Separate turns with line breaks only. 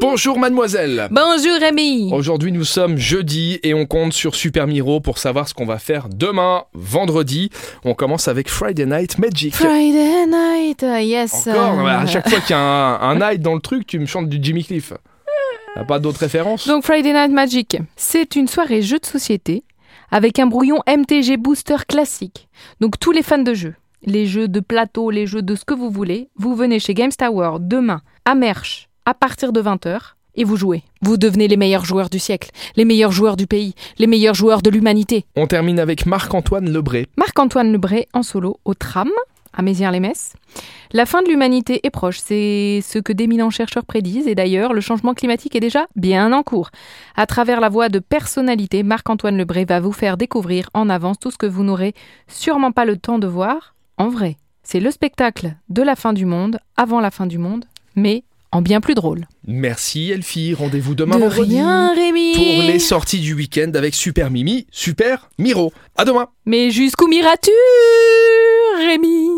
Bonjour mademoiselle
Bonjour ami.
Aujourd'hui nous sommes jeudi et on compte sur Super Miro pour savoir ce qu'on va faire demain, vendredi. On commence avec Friday Night Magic.
Friday night, euh, yes.
Encore,
euh,
ouais, à chaque fois qu'il y a un, un night dans le truc, tu me chantes du Jimmy Cliff. T'as pas d'autres références
Donc Friday Night Magic, c'est une soirée jeu de société avec un brouillon MTG Booster classique. Donc tous les fans de jeux, les jeux de plateau, les jeux de ce que vous voulez, vous venez chez Games Tower demain à Merch à partir de 20h et vous jouez. Vous devenez les meilleurs joueurs du siècle, les meilleurs joueurs du pays, les meilleurs joueurs de l'humanité.
On termine avec Marc-Antoine Lebré.
Marc-Antoine Lebré en solo au tram à Mézières-les-Messes. La fin de l'humanité est proche, c'est ce que d'éminents chercheurs prédisent et d'ailleurs le changement climatique est déjà bien en cours. À travers la voix de personnalité, Marc-Antoine Lebré va vous faire découvrir en avance tout ce que vous n'aurez sûrement pas le temps de voir en vrai. C'est le spectacle de la fin du monde, avant la fin du monde, mais en bien plus drôle.
Merci Elfie, rendez-vous demain
de
vendredi
rien Rémi
pour les sorties du week-end avec Super Mimi, Super Miro. À demain
Mais jusqu'où m'iras-tu Rémi